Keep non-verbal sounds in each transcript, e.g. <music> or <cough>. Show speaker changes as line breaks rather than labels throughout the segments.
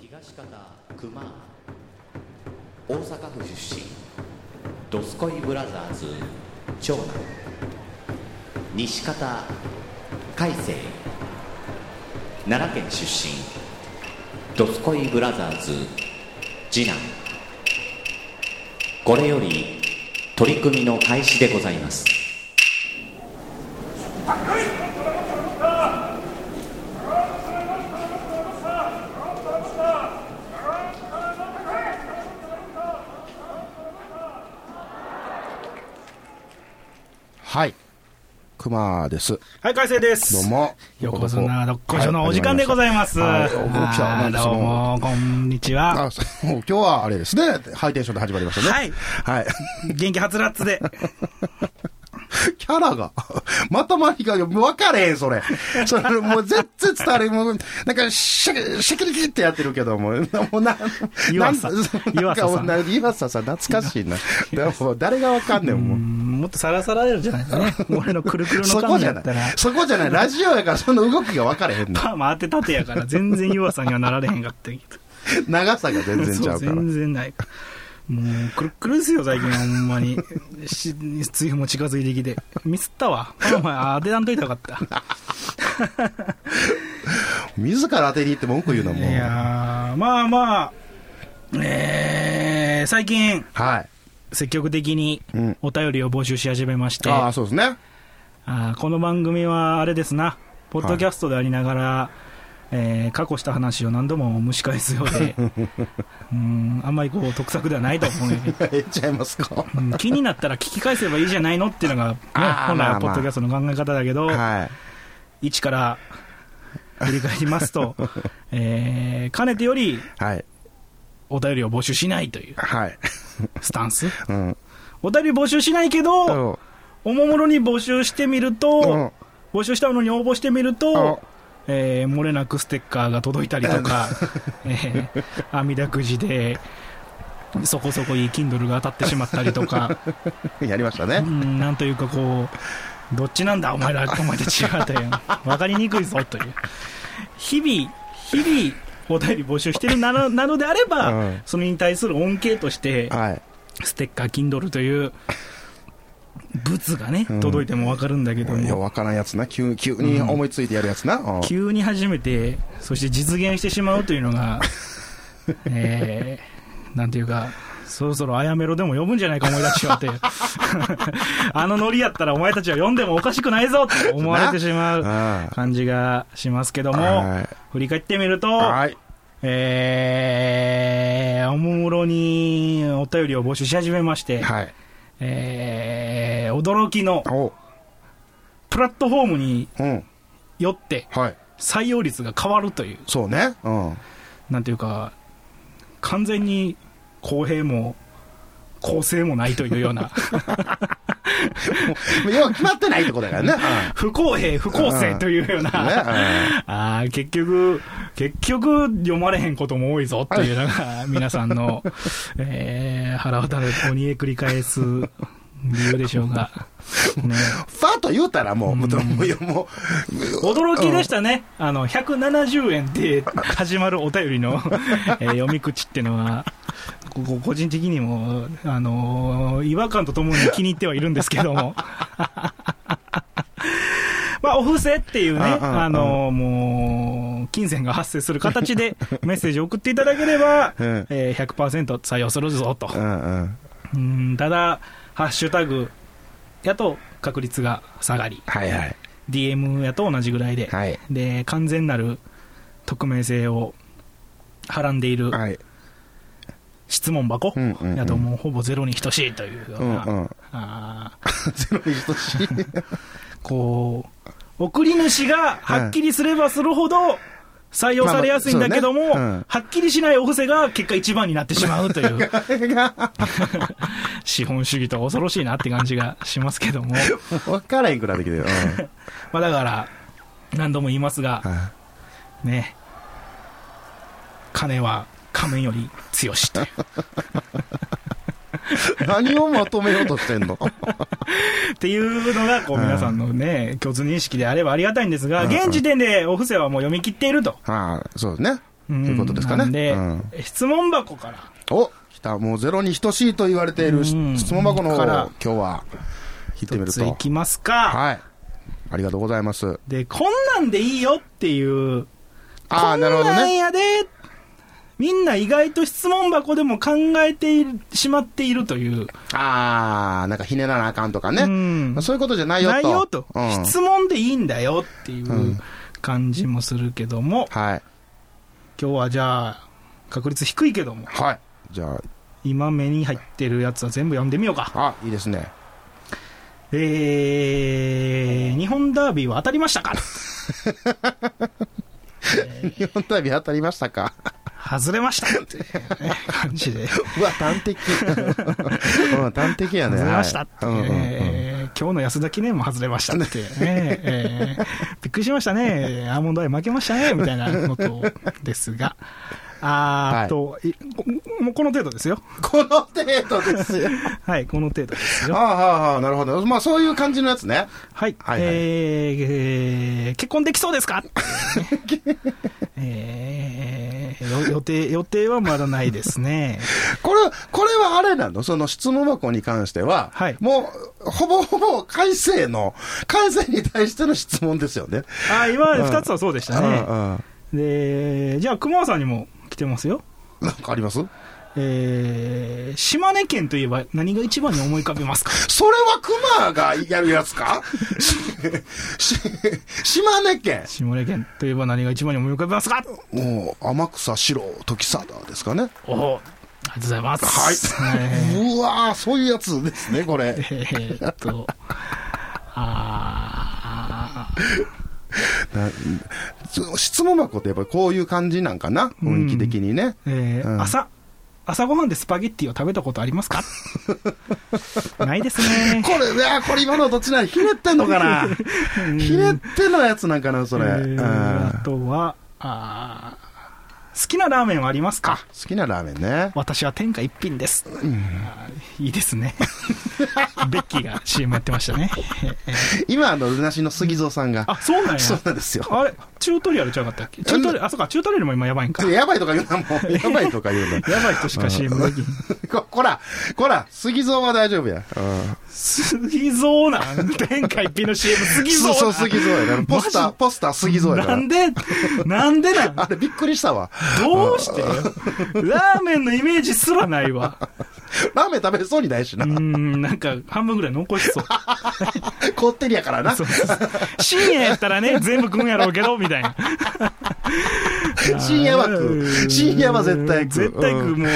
東方熊大阪府出身ドスコイブラザーズ長男西方海星奈良県出身ドスコイブラザーズ次男これより取り組みの開始でございます
はい。熊です。
はい、海星です。
どう。も。
<laughs> 横綱どっこいしょのお時間でございます。
はい、お来た。
あ
な
ー
んで
ど
そうの
も、こんにちは。
あ、そう今日はあれですね。ハイテンションで始まりましたね。
は
は
い
い。 <laughs>
元気はつらつで。
キャラが、 <laughs> まとまりが、分かれへん、それ。それ、もう全然伝われへん。もう、なんか、シャキ、シャキリキってやってるけども、もうな、
岩佐
なんなん
岩
か
佐
も
さ
うんな、岩佐さん、懐かしい
<laughs>
な。でも、誰がわかんねん、もう。
もっとさらさられるじゃないですかね。 <laughs> 俺のくるくるの
そこ
髪
じ
や
ゃ
ったら
な。い。そこじゃない。ラジオやから、その動きが分かれ
<laughs>
へんの。
パーマ当てたてやから、全然弱さにはなられへんかったけ
長さが全
ど。
然ちゃ
そう
うから。
全然ないから。もう、くるっくるですよ、最近、ほんまに。し、梅雨も近づいてきて。ミスったわ。お前、あー当てなんといたらよ
<laughs>
かった。
自ら当てに行って文句言うのもう。
いやー、まあまあ、えー、最近、
はい。
積極的に
うん
お便りを募集し始めまして、
ああ、
あ
そうですね。 <laughs>
ーこの番組はあれですな、ポッドキャストでありながら、えー過去した話を何度も蒸し返すよう
<laughs>
で、うんあんまりこう得策ではないと思うんやけど
えっちゃいますか。
うん気になったら聞き返せばいいじゃないのっていうのが、ね、
あー
本
まあま
来
あ
はポッドキャストの考え方だけど、
はい。
一から振り返りま
<laughs>
すと、えーかねてより
はい。
お便りを募集しないという
はい。
スタ
<laughs>
ンス。
うん。
お便り募集しないけど、おもむろに募集してみると、
うん
募集したのに応募してみると、えー漏れなくステッカーが届いたり
<laughs>
とか、えー、あみだくじで、そこそこいい Kindle が当たってしまったりと
<laughs>
か、
うんやりました
う
ね。
んなんというかこう、どっちなんだお前ら、お前たちはという、わかりにくいぞという。日々、日々、お便り募集してるなのなのであれば、
うん
それに対する恩恵として、
はい。
ステッカー、Kindle という、物がね
うん、
届いてもわかるんだけど
いや、
も、
わからんやつな。急、急に思いついてやるやつな。うん
急に始めて、そして実現してしまうという
<laughs>
のが、えー、なんていうか、そろそろあやめろでも呼ぶんじゃないか、お前たち
<laughs>
はっていう。あのノリやったらお前たちは呼んでもおかしくないぞって思われてしまう
は
感じがしますけども、
い。
振り返ってみると、
はい。
えー、おもむろにお便りを募集し始めまして、
はい。
えー、驚きの
お
プラットフォームに
うん。
よって
はい。
採用率が変わるという、
そうね。うん。 <laughs>
なんていうか、完全に公平も公正もないというような、
<laughs> 要は決まってないってことだからね。
不公平、不公正というよう
うんね
な、 <laughs> あー結局、結局読まれへんことも多いぞというの
<laughs>
が、皆さんの、えー、腹渡る鬼へ繰り返す理由でしょうが。ね
うんファーと言うたらもう、もう、もう、もう
驚きでしたね、あの170円で始まるお便
<laughs>
りの、えー読み口っていうのは、ここ個人的にも、あのー違和感とともに気に入ってはいるんですけども。 <laughs> まあ、お布施っていうね、
うんうんうん
あのーもう、金銭が発生する
<laughs>
形でメッセージを送っていただければ、
うん
えー100%採用するぞと。
うんうん。
うんただ、ハッシュタグやと確率が下がり、
はいはい。
DM やと同じぐらいで、
はい。
で完全なる匿名性をはらんでいる
はい。
質問箱
うんうんうん
やともうほぼゼロに等しいというよ
う
うんな、
うん。
あ
<laughs>
ー
ゼロに等しい。
<laughs> こう送り主がはっきりすればするほど採用されやすいんだけど
まあまあ
も、
そうねうん
はっきりしないお布施が結果一番になってしまう
<laughs>
という <laughs> 資本主義とは恐ろしいなって感じがしますけども、
分からへんくなってきてる。うん
まあ、だから何度も言いますが、
はい
ね金は仮面より強し
<laughs>
という
何をまとめようとしてんの <laughs>
っていうのが、こう、
うん
皆さんのね、共通認識であればありがたいんですが、
うんうん
現時点でお布施はもう読み切っていると。
ああ、そうですね。
うん
ということですかね
なんで、
うん
質問箱から。
お来た、もうゼロに等しいと言われている質
うん
問箱の方を
か
今
ら
日は行ってみる
つい
と。
きますか、
はい。ありがとうございます。
で、こんなんでいいよっていう。
ああ、なるほ
こ
ど
んなん
ね。
やで、みんな意外と質問箱でも考えているしまっているという。
ああ、なんかひねらなあかんとかね。
うん
まあそういうことじゃないよと。
内容と、
うん
質問でいいんだよってい
うん
う感じもするけども、
はい。
今日はじゃあ、確率低いけども、
はい。じゃ
今目に入ってるやつは全部読んでみようか。
あ、あ、いいですね。 <laughs>
えー、日本ダービーは当たりましたか
日本旅当たりました
<laughs>
か
外れましたっていうね感じで。
うわ、端的。 <laughs> うん、端的やね。
外れました
は
っ
い
て、
うんうんうん
えー今日の安田記念も外れましたって、ねえーびっくりしましたね、アーモンドアイ負けましたねみたいなことですが、あー
はい
あと、いこもうこの程度ですよ、
この程度ですよ。
<laughs> はい、この程度です
あ
よ、
あ、はあはあ、なるほど。まあ、そういう感じのやつね。
はい、
はいはい
えーえー結婚できそうですか、 <laughs> えーよ予定予定はまだないです <laughs> ね。
これ、これはあれなのその質問箱に関しては、
はい
もう、ほぼほぼ、改正の、改正に対しての質問ですよね。
あー今まで2つはそうでしたね。
うんうん
で、じゃあ、熊尾さんにも来てますよ。
なんかあります
えー島根県といえば何が一番に思い浮かべ <laughs> ますか
それは熊がやるやつ
<laughs>
かしし島根県。
島根県といえば何が一番に思い浮かべますか
もう、天草四郎時貞ですかね。
おおありがとうございます。 <laughs>
はい。
え
うわーそういうやつですね、これ。
ーえーっと、あー
なそう質問箱ってやっぱりこういう感じなんかな雰囲気的にね。
えー
うん
朝、朝ごはんでスパゲッティを食べたことありま
<laughs>
すかないですね。
これ、いやーこれ今のどっちなんひねってんのかなひねってのやつなんかなそれ。
<laughs> え
うん
ーあとは、あー好きなラーメンはありますか
あ、好きなラーメンね。
私は天下一品です。あーいいですね。 <laughs> ベッキーが CM やってましたね。えー
今、あの、ルナシの杉蔵さんが。
あ、そうなんや。
そうなんですよ。
あれ、チュートリアルちゃうかったっけチュートリアル、あ、そうか、チュートリアルも今やばいんか。や
やばいとか言うな、もう。やばいとか言うな。
ばい人しか CM できん。
ここら、こら、杉蔵は大丈夫や。うん
杉蔵
<laughs>
なん天下一品の CM、杉
そ
蔵
う
なん
そう、杉蔵やから。ポスター、
マジ
ポスター杉蔵やから
なん。で、なんでなん
あれ、びっくりしたわ。
どうしてよラーメンのイメージすらないわ。
ラーメン食べれそうにないしな
う。ん、なんか半分ぐらい残しそう。 <laughs>
こってりやからな。
そうそうそう深夜やったらね、全部食うんやろうけど、みたいな。
深夜は食う
うん
深夜は絶対食う
絶対食
う
う。もう、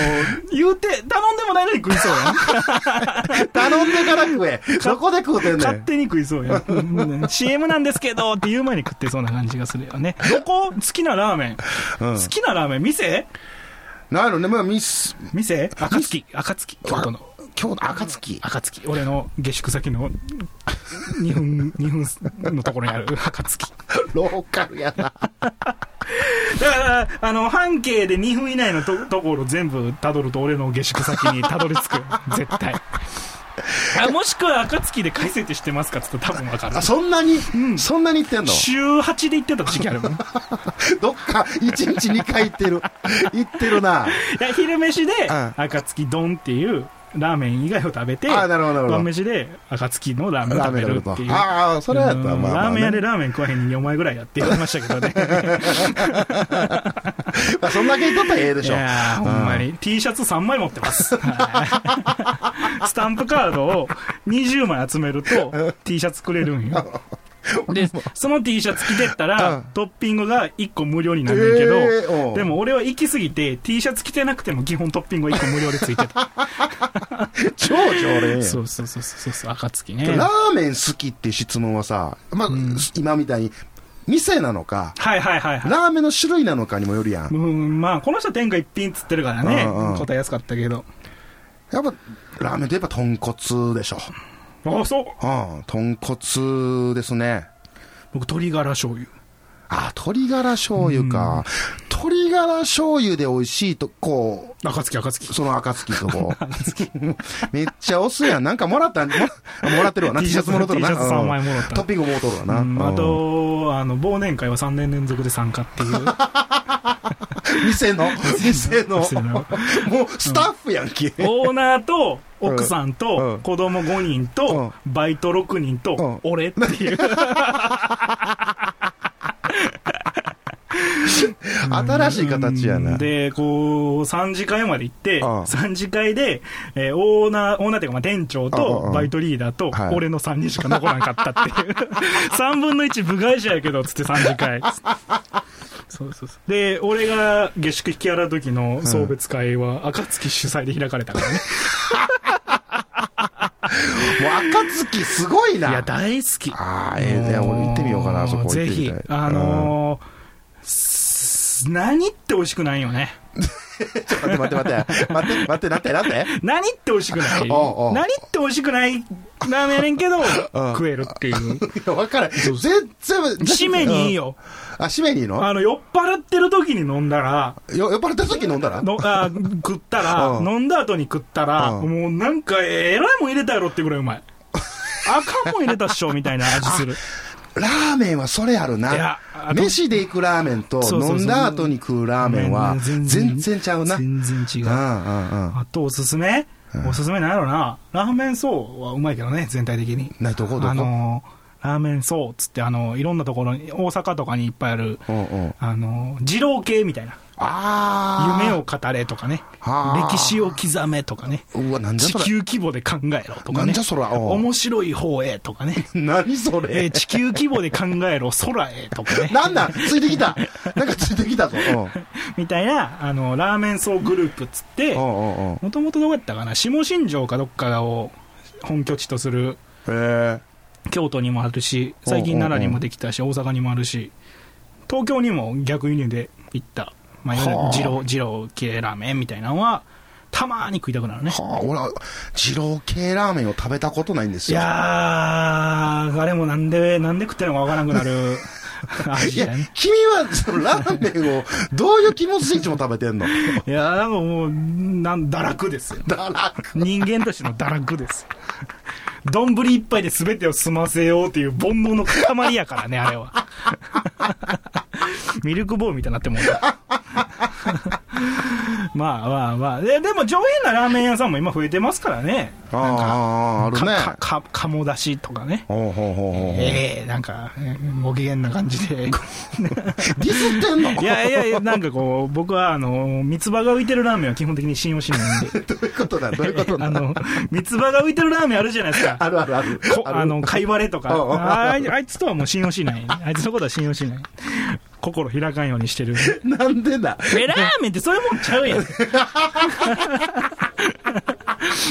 言うて、頼んでもないのに食いそう
<laughs>
やん。
頼んでから食え。そこで食うてんね
勝
ん。
手に食いそうやんうんね。CM なんですけどって言う前に食ってそうな感じがするよね。どこ好きなラーメン。
うん
好きなラーメン店
なるね。まあ、ミス、
店暁。暁。京都の。
今日の暁。
暁。俺の下宿先の2分、
<laughs>
二分のところにある暁。
ローカルやな。
だから、あの、半径で2分以内のとところ全部たどると俺の下宿先にたどり着くよ。
<laughs>
絶対。あもしくは、暁で解説してますかって言ったら多分わかる
あ、。そんなに、そんなに言ってんの
週8で行ってた時期あ
<laughs>
るもん。い
どっか、一日2回行って <laughs> る。行ってるな。
や昼飯で
ん、
暁丼っていうラーメン以外を食べて、
あなるほどなるほど
晩飯で、暁のラーメンを
ラー
食
メ
べ
ンの
る
こ
ってい
と。
う。
ああ、それやったら、
うん
まあまあね。
ラーメン屋でラーメン食わへんにお前ぐらいやって言われましたけどね。
まあそんだけ言っとったらええで
い
しょ。
やーほんまに。T シャツ3枚持ってます。はいスタンプカードを20枚集めると T シャツくれるん
<laughs>
よ。で、その T シャツ着てった
うん
ら、トッピングが1個無料になるんやけ
えーお
ど、
う
でも俺は行き過ぎて T シャツ着てなくても基本トッピングは1個無料でついてた。
超常連やん
そうそうそうそうそう、暁ね。
ラ
は
ーメン好きっていう質問はさ、まあ、今みたいに、店なのか、
いはいはいはい。
ラーメンの種類なのかにもよるやん
う。ん、まあ、この人天下一品っつってるからね
うんうん、
答えやすかったけど。
やっぱ、ラーメンといえば豚骨でしょ。
あ、そう。
うん、豚骨ですね。
僕、鶏ガラ醤油。
あ、鶏ガラ醤油か。鶏ガラ醤油で美味しいとこ、
暁暁。
その暁と
<laughs>
こ。めっちゃおすやん。なんかもらったん、も <laughs> らもらってるわな。T シ
T シ
ャ
ャ
ツ
ツ
もろとるな。
T シャツ三枚
うん
もろた
トッピングもろとるわな。
うんあ
うん、 <laughs>
と、あの、忘年会は3年連続で参加っていう。
店の、店の、
店の
もうスタッフやんけ。
オーナーと奥さん
うん
と子供5人とバイト6人と
うん
俺っていう
新しい形やな。
でこう3次会まで行って
うん
3次会で、えーオーナーオーナーっていうかまあ店長
うんうんう
と
ん
バイトリーダーと
はい
俺の3人しか残らんかったって
<laughs>
いう3分の1部外者やけどっつって3次会そうそうそうで俺が下宿引き払う時の送別会は暁主催で開かれたからね
もう暁すごいな。
いや大好き
ああ、ええね、俺行ってみようかな、あそこ行ってみ
ぜ
たい
ひ、あのーす何って美味しくないよね。
うんちょっと待って待って待って、待って、待って、待
<laughs>
って、
何って美味しくない。
おうおう
何って美味しくないラーメンやねん
<laughs>
けど、
ん
食えるっていう。
いや、わからん。全然、
締めにいいよ。
うん。あ、締めにいいの
あの、酔っ払ってる時に飲んだら、
よ酔っ払った時飲んだら
のあ食ったら、
うん
飲んだ後に食ったら、
うん
もうなんか、えらいもん入れたやろってぐらいうまい。赤もん入れたっしょみたいな味する。
ラーメンはそれある
いや
な
あ。と
飯で行くラーメンと
そうそうそう
飲んだ後に食うラーメンは全然ちゃうな。うん
全然違
うんう。ん。
うあとおすすめ、おすすめなんやろな。ラーメン層はうまいけどね、全体的に。
などこどこ
あのー、ラーメン層っつって、あのー、いろんなところに、大阪とかにいっぱいある、
うんうん。
あのー、二郎系みたいな。
ああ。
夢を。語れとかね
あ。ー
歴史を刻めとかね。
うわ、なんじゃ
地
それ。
球規模で考えろとか
なん
ね
じゃそら。おう
面白い方へ
<laughs>
とかね。
何そ
えー
れ。
地球規模で考えろ空へとかね。
なんなんついてきた。なんかついてきた
<laughs>
ぞ。うん
みたいな、あのー、ラーメン層グループっつって、
うんうんうん。
もともとどこやったかな下新庄かどっかを本拠地とする
へえ。
京都にもあるし最近奈良にもできたし大阪にもあるし東京にも逆輸入で行った、まあ、いわゆる
はあ
二郎二郎系ラーメンみたいなのはたまに食いたくなるね
はあ、俺は、二郎系ラーメンを食べたことないんです
い
よ。
やーあれもなんでなんで食ってるのかわからなくな <laughs> る
い
味
や
だね、
君は、そのラーメンを、どういう気持ちでいつも食べてん
<laughs>
の
いやーなんかもうなん堕落ですよ
だらく
<laughs> 人間としての堕落ですよ丼一杯で全てを済ませようっていう煩悩の塊やからねあれは <laughs> ミルクボーイみたいになってもうた <laughs> まあまあまあででも上品なラーメン屋さんも今増えてますからね
ああ、あるね。
かか鴨だしとかね
ほうほうほうほうほう。
ええなんかえーご機嫌な感
<laughs>
じで
ディスってんの
いやいやいやなんかこう僕はあの三つ葉が浮いてるラーメンは基本的に信用しないんで
<laughs> どういうことだどういうことだ
あの三つ葉が浮いてるラーメンあるじゃないですか
あるあるある。
こ
る
あの、かいわれとか、
うんうん
ああいあいつとはもう信用しない。あいつのことは信用しない。心開かんようにしてる。
なんでだ
え、ラーメンってそういうもんちゃうやん。 <laughs>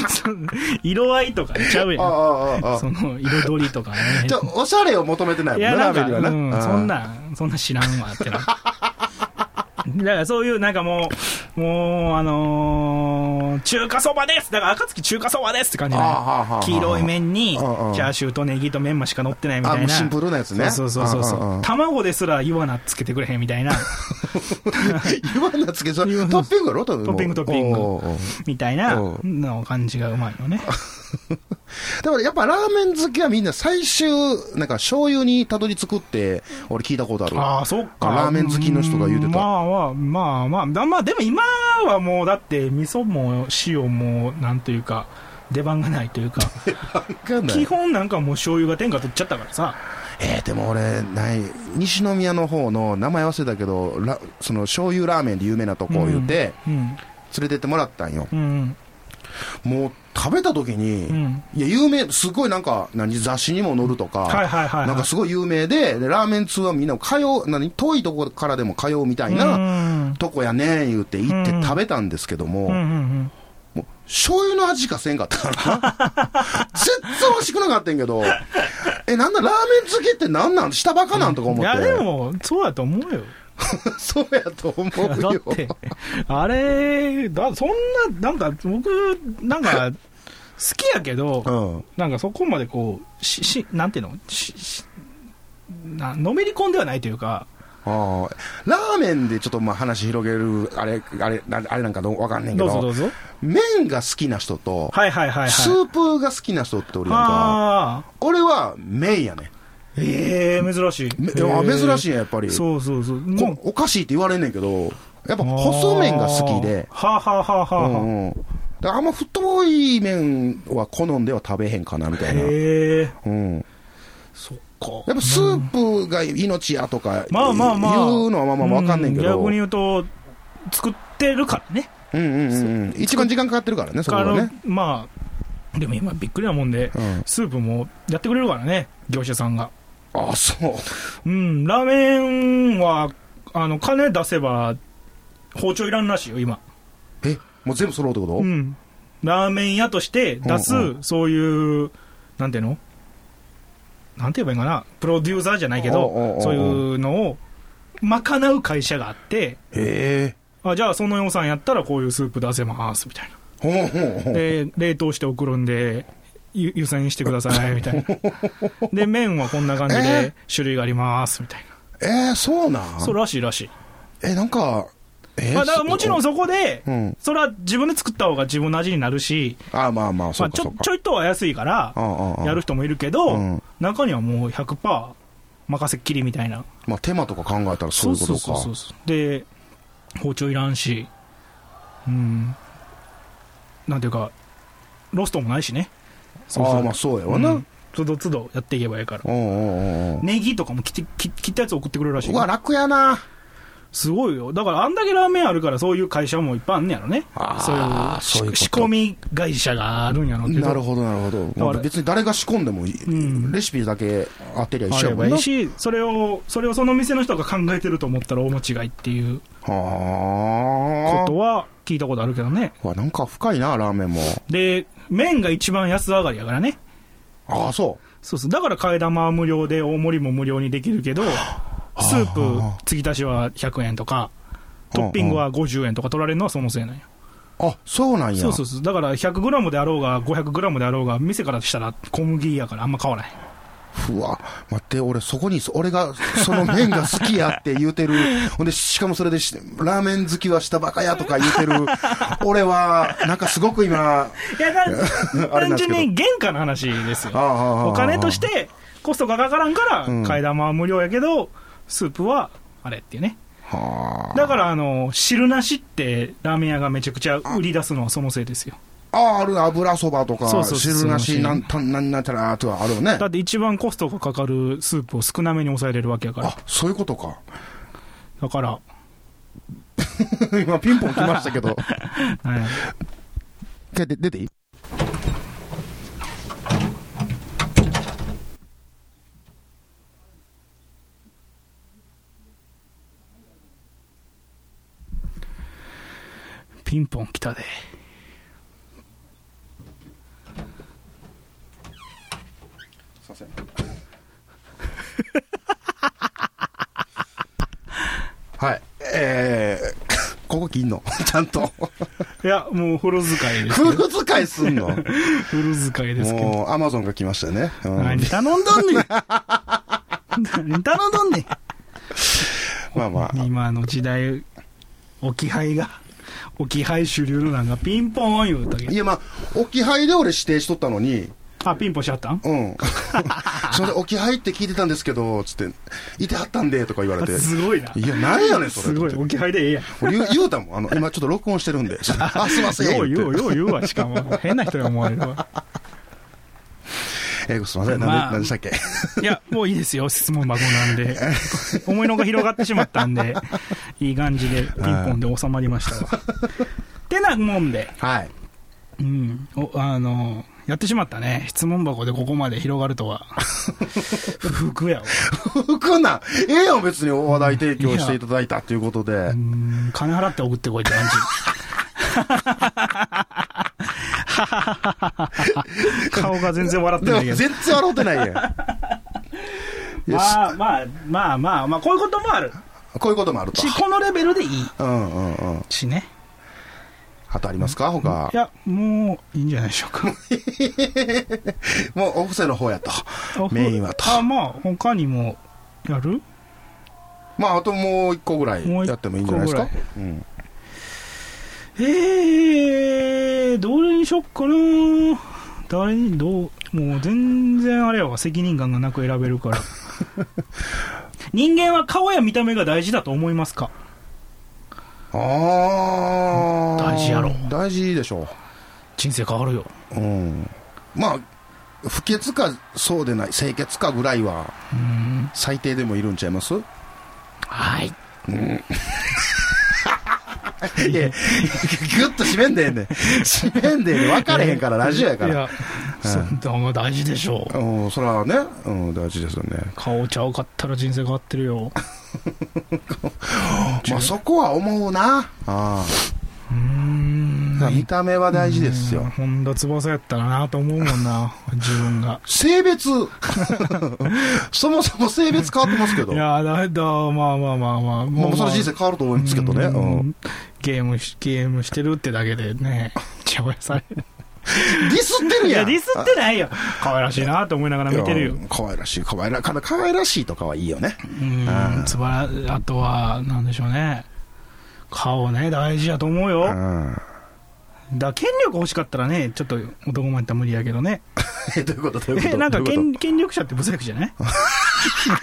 そう色合いとかちゃう
ああ
やん。、
ああ、ああ
そ。の、彩りとかね。
ちょ、おしゃれを求めてない
い
もん
や、
ね
な
ラ
ん
ーメ
か、
ンにはな。
うん、そん
な。
なん、そんな知らんわってな。だからそういう、なんかもう、もう、あのー中華そばですだから、暁中華そばですって感じ
あーはーはーは
な
ー
黄色い麺に、チ
うんうん
ャーシューとネギとメンマしか乗ってないみた
あ
い
もう
な。
シンプルなやつね
そうそうそうそう
うんうんう
そ
ん
う。卵ですら岩菜つけてくれへんみたいな、
言わなつけ、それ
言わな
トッピングやろト
トッピングトッピング
おうおうおう
みたいな
う
の感じがうまいよね。
だからやっぱラーメン好きはみんな最終、なんか醤油にたどり着くって、俺聞いたことある。
ああ、そっか。
ラーメン好きの人が言うてた
んまあまあ、まあまあ、だまあでも今はもうだって味噌も塩もなんというか、出番がないというか、
わかんない
基本なんかもう醤油が天下取っちゃったからさ、
えー、でも俺、ない、西宮の方の、名前忘れたけど、ラその醤油ラーメンで有名なとこを言って、
うん、
連れてってもらったんよ。
うん、
もう食べた時に、
うん
いや、有名、すごいなんか、何、雑誌にも載るとか、
はいはいはいはい
なんかすごい有名で、でラーメン通はみんな通う、何、遠いとこからでも通うみたいな、
うん
とこやねん言って行って食べたんですけども、
うんうんうん、
もう醤油の味しかせんかったからな。
<laughs>
全然美味しくなかったんやけど、え、なんだ、ラーメン好きってなんなん下バカなんとか思
い
って。
やでも、そうだと思うよ。
<laughs> そうやと思う
だっ
よ。
て、あれ、だそんな、なんか、僕、なんか、好きやけど、
うん。
なんかそこまでこう、し、し、なんていうのし、し、な、のめり込んではないというか、
ああ。ラーメンでちょっとまあ話広げる、あれ、あれ、なあれなんかどうわかんねんけ
ど
ど、
うぞどうぞ。
麺が好きな人と、
はいはいはいはい。
スープが好きな人っておるやんか。
ああ。
俺は麺やね。
ええ珍しい。
めいや
へえ
珍しいねやっぱり
そうそうそう。も
こおかしいって言われんねんけど、やっぱ細麺が好きで、
はあ、はあはあはあはあ
うんうん、だからあんま太い麺は好んでは食べへんかなみたいな、
へえ
うん、
そっか
やっぱスープが命やとか、
まあまあまあ
言うのはまあまあわかんねんけ
う
ど、
逆
うんうん
に言うと作ってるからね
うんうん、一番時間かかってるからね、そこ
か
は
ら、
ね。
まあでも今びっくりなもんで
うん、
スープもやってくれるからね業者さんが
あそう、
うんラーメンはあの金出せば包丁いらんらしいよ今
えもう全部揃うってこと、
うん、ラーメン屋として出す、
うんう
そういう、なんていうのなんて言えばいいんかな、プロデューサーじゃないけど、
おうおうおう
そういうのを賄う会社があって、
へえ、
あじゃあ、その予算やったらこういうスープ出せますみたい
ほんほんほ
な、
ん、
で冷凍して送るんで、ゆ湯煎してく
<laughs>
ださいみたいな、で麺はこんな感じ
え
で種類がありますみたい
えー、そうなん
な、そうらしいらしい、
え、なんか、えー
まあ、だからもちろん
そ
そこで、
うん
それは自分で作った方が自分の味になるし、
あまあまあ、そ
ま
う
あ、
か
ち
そ
ょ
うか、
ちょいとは安いから
う、んうんうん
やる人もいるけど、
うん
中にはもう100%任せっきりみたいな
まあ、手間とか考えたらそういうことか。
そうそうそうそうで包丁いらんしうんなんていうかロストもないしねそうそう
ああ、まあそうやわな。
う
うん
んつどつどやっていけばいいから
うんうんうん。
ネギとかも切って切切ったやつ送ってくれるらしいう
わ、楽やな。
すごいよだからあんだけラーメンあるからそういう会社もいっぱいあんねやろね
あー
そう
そういうこ
いう
と
し仕込み会社があるんやろうけど
なるほど、なるほど。
から
まあ別に誰が仕込んでもいい、
ん
レシピだけ当てりゃ一
あ
緒
れ
やも
ば
ん
い
な。
いしそれをそれをその店の人が考えてると思ったら大間違いっていうこ
は
とは聞いたことあるけどね。
あ。うわ、なんか深いな、ラーメンも。
で、麺が一番安上がりやからね。
ああ、そ
そうそう。だから替え玉は無料で、大盛りも無料にできるけど、スープ、継ぎ足しは100円とか、トッピングは50円とか取られるのはそのせいなんや。
う。あ、そうなんや。
そうそうそう。だから100グラムであろうが、500グラムであろうが、店からしたら小麦やからあんま変わらへん。
うわ、待って、俺そこに、俺が、その麺が好きやって言う
<laughs>
てる。ほんで、しかもそれでし、ラーメン好きはしたバカやとか言うてる。俺は、なんかすごく
<laughs>
今、
いや、だ
あれなんで
単
すけど
純に原価の話ですよ。
ああああああ
お金としてコストがかからんから、
ん
替え玉は無料やけど、スープはあれっていうね。
は
だから、あの、汁なしってラーメン屋がめちゃくちゃ売り出すのはそのせいですよ。
あ、ああ、ある油そばとか
そう、そうそう
汁なし、
汁
な、
なんした
ん、なんなんたら、とかあるよね
だ。って一番コストがかかるスープを少なめに抑えれるわけやから
あ。、そういうことか。 <laughs>
だから、
今、ピンポン来ましたけ
<laughs>
ど。
はい
一回で出ていい
ピンポン来たで。
すいません。はい。えー、 <laughs> ここ切んのちゃんと。
いや、もうフル使いです。
<laughs> フ
<laughs>
ル使いすんの
フル使いですけど。
もう、アマゾンが来ましたね。うん
何頼んどんねん何頼んどんねん
まあまあ。
今の時代置き配が置き配主流のなんかピンポン言うたけ
いやまあ、置き配で俺指定しとったのに、
あピンポンしちゃったん
うん。 <laughs> それで置き配って聞いてたんですけど、つって、いてはったんで、とか言われて。
<laughs> すごいない
や、なんやねん、それ。
すごい置き配でええやん
俺言う言うたもん。あの、今ちょっと録音してるん
<laughs>
で。あ、すいません。
よう
言
よ
う
う
て
よう言うわしかも変な人が思われるわ
えーすいません。なんで、
まあ
なんでしたっけ
いやもういいですよ質問箱なんで思いのが広がってしまったんでいい感じでピンポンで収まりましたわてなもんで
はい。
うんおあのやってしまったね質問箱でここまで広がるとは不服やわ
服なん、ええやん、別にお話題提供していただいたということで
う。ん金払って送ってこいって
<laughs>
感じ。顔が全然笑って
で
な
も、
いけ
全
ど。
然笑ってないやん。
<laughs>
いや
まあまあまあまあまあ、こういうこともある
しこういうこともあると
し。、このレベルでいい
うんうんうん。
しね。
あとありますか他
い。や、もういいんじゃないでしょう
<laughs>
か。
もう、お布施の方やと。メインはと。
あ、まあ、他にもやる
まあ、あともう一個ぐらい
もう一個
やってもいいんじゃないですか
ぐら。
うん。
えー、どれにしよっかな誰に、どう、もう全然あれやわ、責任感がなく選べる
<laughs>
から。人間は顔や見た目が大事だと思いますか
あああ
大事やろ
大事でしょ
人生変わるよ
う、うん、まあ不潔かそうでない清潔かぐらいは
うん
最低でもいるんちゃいます
はい
いや、ぐっと締めんでええねん。締めんでええねん。分かれへんから、ラジオやか
い
ら。
やそんなもん大事でしょう
うん、それはね、うん、大事ですよね。
顔ちゃうかったら人生変わってるよ
まあ、そこは思うな。あ
うーん
あ。見た目は大事です
うん
よ。
本田翼やったらなと思うもんな自分が
性別。 <laughs> そもそも性別変わってますけど。
いやだだまあまあまあまあ
まあ、その人生変わると思うんですけどね。
うん
うん
ゲームしゲームしてるってだけで
<laughs>
ねちゃわされ
ディスってる
い
や
や
ん。
ディスってないよ可愛らしいなと思いながら見てるよ
いや。可愛らしい、可愛ら、可愛らしいとかはいいよね。
うんつばらあとはなんでしょうね顔ね大事やと思うよ
う
だか
ん。 <laughs>
ら権力欲しかったらねちょっと男前やったら無理やけどね
え、どういうことどういうこと
えなんか
どういう
権権力者って無作じゃない
<laughs>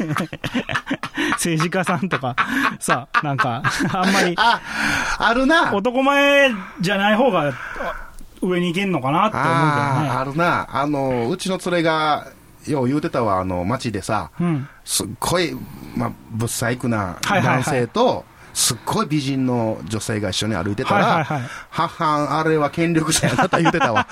政治家さんとかさなんかあんまり
ことあ、あるな。
男前じゃない方があ上に行けんのかなって
ああ、あ
思
るな。あの、うちの連れが、よう言うてたわ、あの、街でさ、
うけどね
すっごい、まあ、ぶっさいくな
はいはいはい
男性と、すっごい美人の女性が一緒に歩いてたら、
はいはいはい
はっはん、あれは権力者やなと言うてた
<laughs>
わ。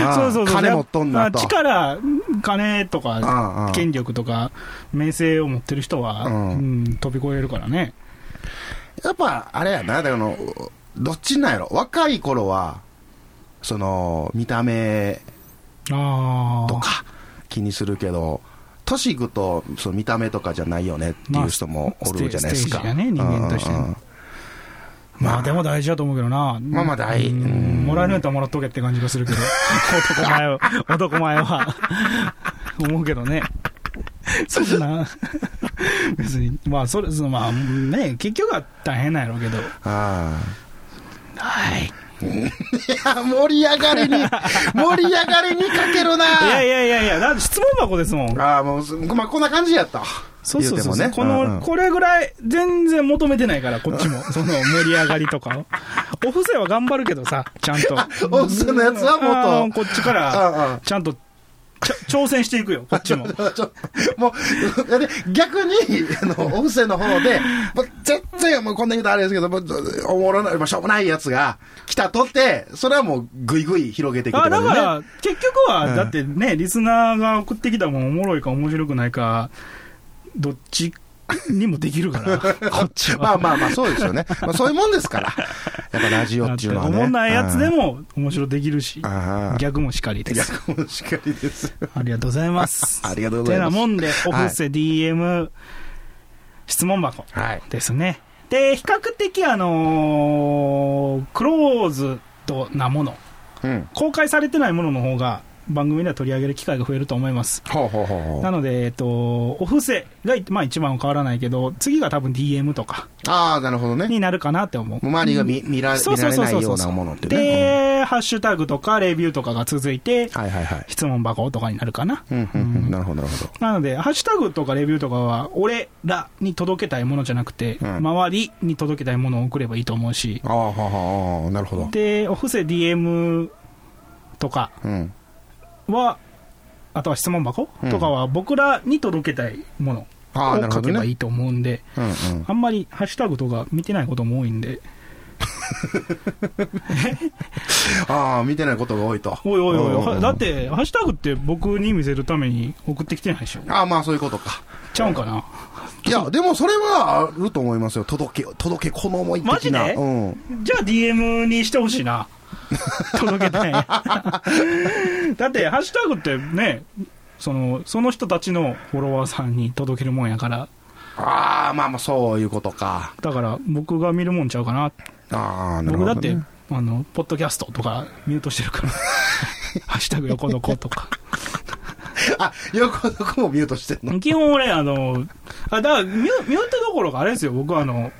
う
あ
ん、
あ
そうそうそう
金持っとんなと
あ。力金と
ああ
か
あ
権力とか名声を持ってる人は、
うん
うん飛び越えるからね
やっぱ、あれやな、だからあの、どっちなんやろ。若い頃は、その、見た目
あ
と
あ
か気にするけど、年いくと、その見た目とかじゃないよねっていう人もおるじゃないですか。
まあステージステージがね人間としてね
うんうんうん
まあでも大事だと思うけどな
まあまあ大
うん
うん
もらえるんやったらもらっとけって感じがする
<laughs>
けど男前は男前は思うけどねそんな別にまあそれそのまあね結局は大変なんやろうけど
あ
はい
あ。いや、盛り上が
<laughs>
りに、盛り上がりにかけるない
やいやいやいやだって質問箱ですもん
ああ、もうす、まあ、こんな感じやった。
そうそうそうそう、
言うて
こ
もね
の、
うんうん
これぐらい全然求めてないからこっ
<laughs>
ちもその盛り上がりとかをお布施は頑張るけどさちゃん
<laughs>
と
<laughs> お布施のやつはもっと
あのこっちか
うんう
ら
ん
ちゃんとちゃ挑戦していく
<laughs>
よこっちも
ちょもう、いやね逆に、あの、お布施の方で、もう絶対、もうこんな言うとあれですけど、もう、おもろない、まあ、しょうもないやつが来たとって、それはもう、ぐいぐい広げていくってこ
あだ
と
か
ね。
ら、結局は、だってね、リスナーが送ってきたもん、おもろいか面白くないか、どっちにもでき
<laughs>
るから、こっちは。
まあまあまあ、そうですよね。まあ、そういうもんですから。やっぱラジオ
だ
っ
って
いう
て
のは
お
ね。
もんないやつでも面白できるし
うん。、ああ。
逆もしかりです。
逆もしっかりですよ。
ありがとうございます。
<laughs> ありがとうございます
てなもんで、お布施 DM、質問箱
はい。
ですね。で、比較的、あのークローズドなもの、
うん。
公開されてないものの方が、番組では取り上げる機会が増えると思います。
ほうほうほうほう
な。ので、えっと、お布施が、まあ、一番は変わらないけど、次が多分 DM とか
ああ、なるほどね。
になるかなって思う。
周りが見見ら
そう
見
そ
ら
う
れ
そう
ない
そ
よ
う
う
そ
な
う
ものってね。
で、ハッシュタグとかレビューとかが続いて、
うんはいはいはい。
質問箱とかになるかな。
うんうんうん、なるほどなるほど。
なので、ハッシュタグとかレビューとかは、俺らに届けたいものじゃなくて、
うん
周りに届けたいものを送ればいいと思うし、
ああ、はあはあ、なるほど。
で、お布施 DM とか
うん。
は、あとは質問箱、
うん
とかは、僕らに届けたいもの
ああ、な
を
るほ
書け
ど
ばい
ね。
いと思うんで、
うんうん。
あんまりハッシュタグとか見てないことも多いんで、
ああ、見てないことが多いと。
おいおいおい
うんうん
は、だって、ハッシュタグって僕に見せるために送ってきてないでしょ。
ああ、まあそういうことか。
ちゃうんかない
や、でもそれはあると思いますよ。届け、届け、この思い的な。
マジで
うん。
じゃあ DM にしてほしいな。届けたい。だって、ハッシュタグってね、その、その人たちのフォロワーさんに届けるもんやから、
ああ、まあまあそういうことか。
だから僕が見るもんちゃうかな。
ああ、なる
僕
ほ
だ
ど、ね。
って、あの、ポッドキャストとかミュートしてる
<laughs>
から、ハッシュタグ横の子とか。
あ、横の子もミュートしてんの。
基本俺、あの、あ、だからミュ、ミュートどころかあれですよ、僕はあの、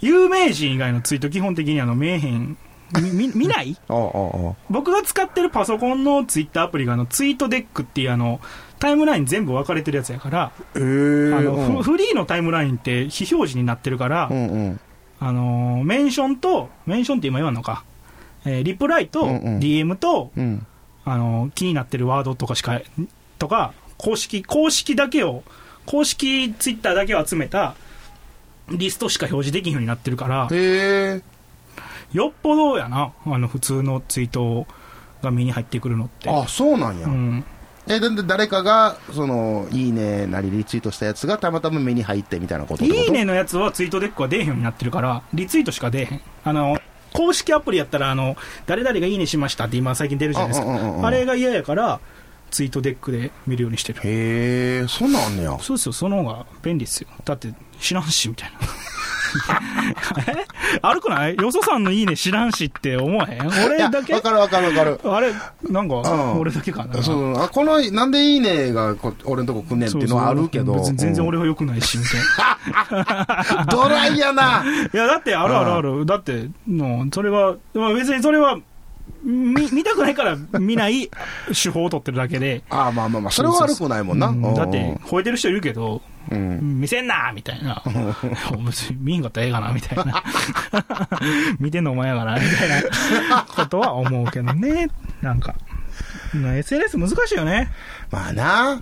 有名人以外のツイート基本的にあの、見えへん、み見、見ない
ああ、あ
僕が使ってるパソコンのツイッターアプリがあの、ツイートデックっていうあの、タイムライン全部分かれてるやつやから、
あ。ええ
あ
ー。
の、フフリーのタイムラインって非表示になってるから、
うんうん。
あのーメンションと、メンションって今言わんのか、えーリプライと
うんうん
DM と、
うん。
あのー気になってるワードとかしか、とか、公式、公式だけを、公式ツイッターだけを集めたリストしか表示できんようになってるから、
へえ。
よっぽどやな、あの、普通のツイートが目に入ってくるのって。
あ、そうなんや。
うん。
え、だって誰かが、その、いいねなりリツイートしたやつがたまたま目に入ってみたいなこと
い
ってこと
いねのやつはツイートデックは出えへんようになってるから、リツイートしか出えへん。あの、公式アプリやったら、あの、誰々がいいねしましたって今最近出るじゃないです
うんうんうんう
か。
ん
あれが嫌やから、ツイートデックで見るようにしてる。
へえ、そうなんあんねや。
そうですよ、その方が便利ですよ。だって、知らんし、みたいな。え歩くない <laughs> よそさんのいいね知らんしって思わへん俺だ
いや
け
わかるわかるわかる。
あれ、なん
う
か、
ん
俺だけかな。
そうあこの、なんでいいねがこ俺のとこ来んねんっていうのはあるけど。
そうそう別に全然
うん
俺は良くないし、みたいな。
<laughs> ドライやな。
いや、だって、あるあるある。だって、の、それは、まあ別にそれは、見、見たくないから見ない手法を取ってるだけで。
ああ、まあまあまあ、それは悪くないもんな。
う
うん
だって、、吠えてる人いるけど、
うん。
見せんなみたいな。 <laughs> 別に見んかったらええかなみたいな。 <laughs> 見てんのお前やから、みたいなことは思うけどね。なんか。な SNS 難しいよね。
まあな。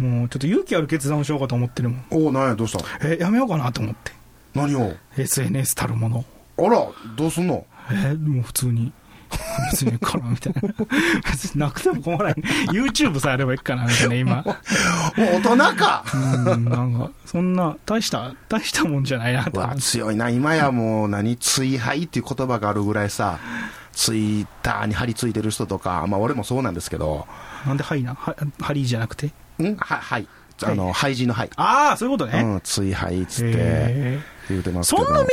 もう、ちょっと勇気ある決断をしようかと思ってるもん。
おお、なんや、どうした
え、やめようかなと思って。
何を
SNS たるものを。
あら、どうすんの
えーもう普通に。別にいいかなみたいな。別になくても困らない。YouTube さえあればいいかなみたいな、今。
もう大人
<laughs>
か
うん、なんか、そんな、大した、大したもんじゃないな
う
と思っ
わ、
て。
強いな。今やもう、何、追廃っていう言葉があるぐらいさ、ツイッターに張り付いてる人とか、まあ俺もそうなんですけど、
なんで、はいな、はハリーじゃなくて。
んは、はい。あの、廃人の廃。
ああ、そういうこと
う
ね。
ん、追廃っつって
へ
言うて
ー
ますけ
そ
ど。
んな見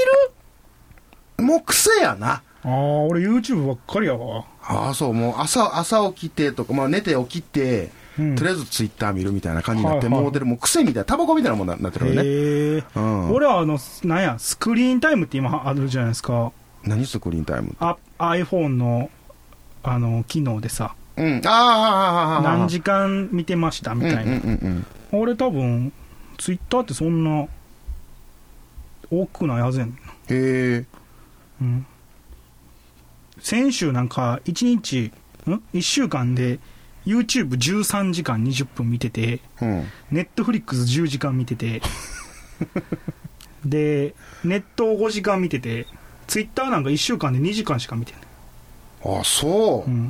る
もう癖やな。
ああ、俺 YouTube ばっかりやわ。
ああ、そう、もう朝、朝起きてとか、まあ寝て起きて、
うん
とりあえずツイッター見るみたいな感じになって、
はいはい
もう出る、もう癖みたいな、タバコみたいなもんななってるよね。
へえ。
うん
俺はあの、なんや、スクリーンタイムって今あるじゃないですか。
何スクリーンタイム
あ iPhone の、あの、機能でさ、
うん。ああああ、ああ、ああ。
何時間見てましたみ
うんうん
たいな。
うん
俺多分ツイッターってそんな多くないはずやねんな、
うん。へえ。
うん、先週なんか1日ん1週間で YouTube13 時間20分見てて
うん。
Netflix10 時間見ててでネットを5時間見ててツイッターなんか1週間で2時間しか見てない、
ああ、そうう。
ん、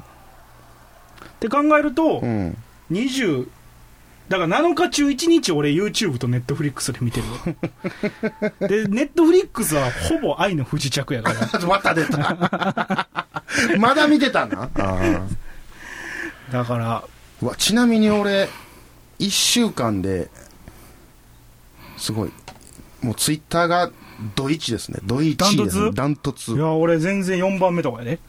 って考えると、
うん。 <laughs>
20だから7日中1日俺 YouTube と Netflix で見てるわで Netflix はほぼ愛の不時着やから
また出た。まだ見てたな。ああ
だから
うわ、ちなみに俺、1週間で、すごい、もうツイッターがドイチですね。ドイチですね。ダ
ダ
ントツ
い。や俺全然4番目とかやで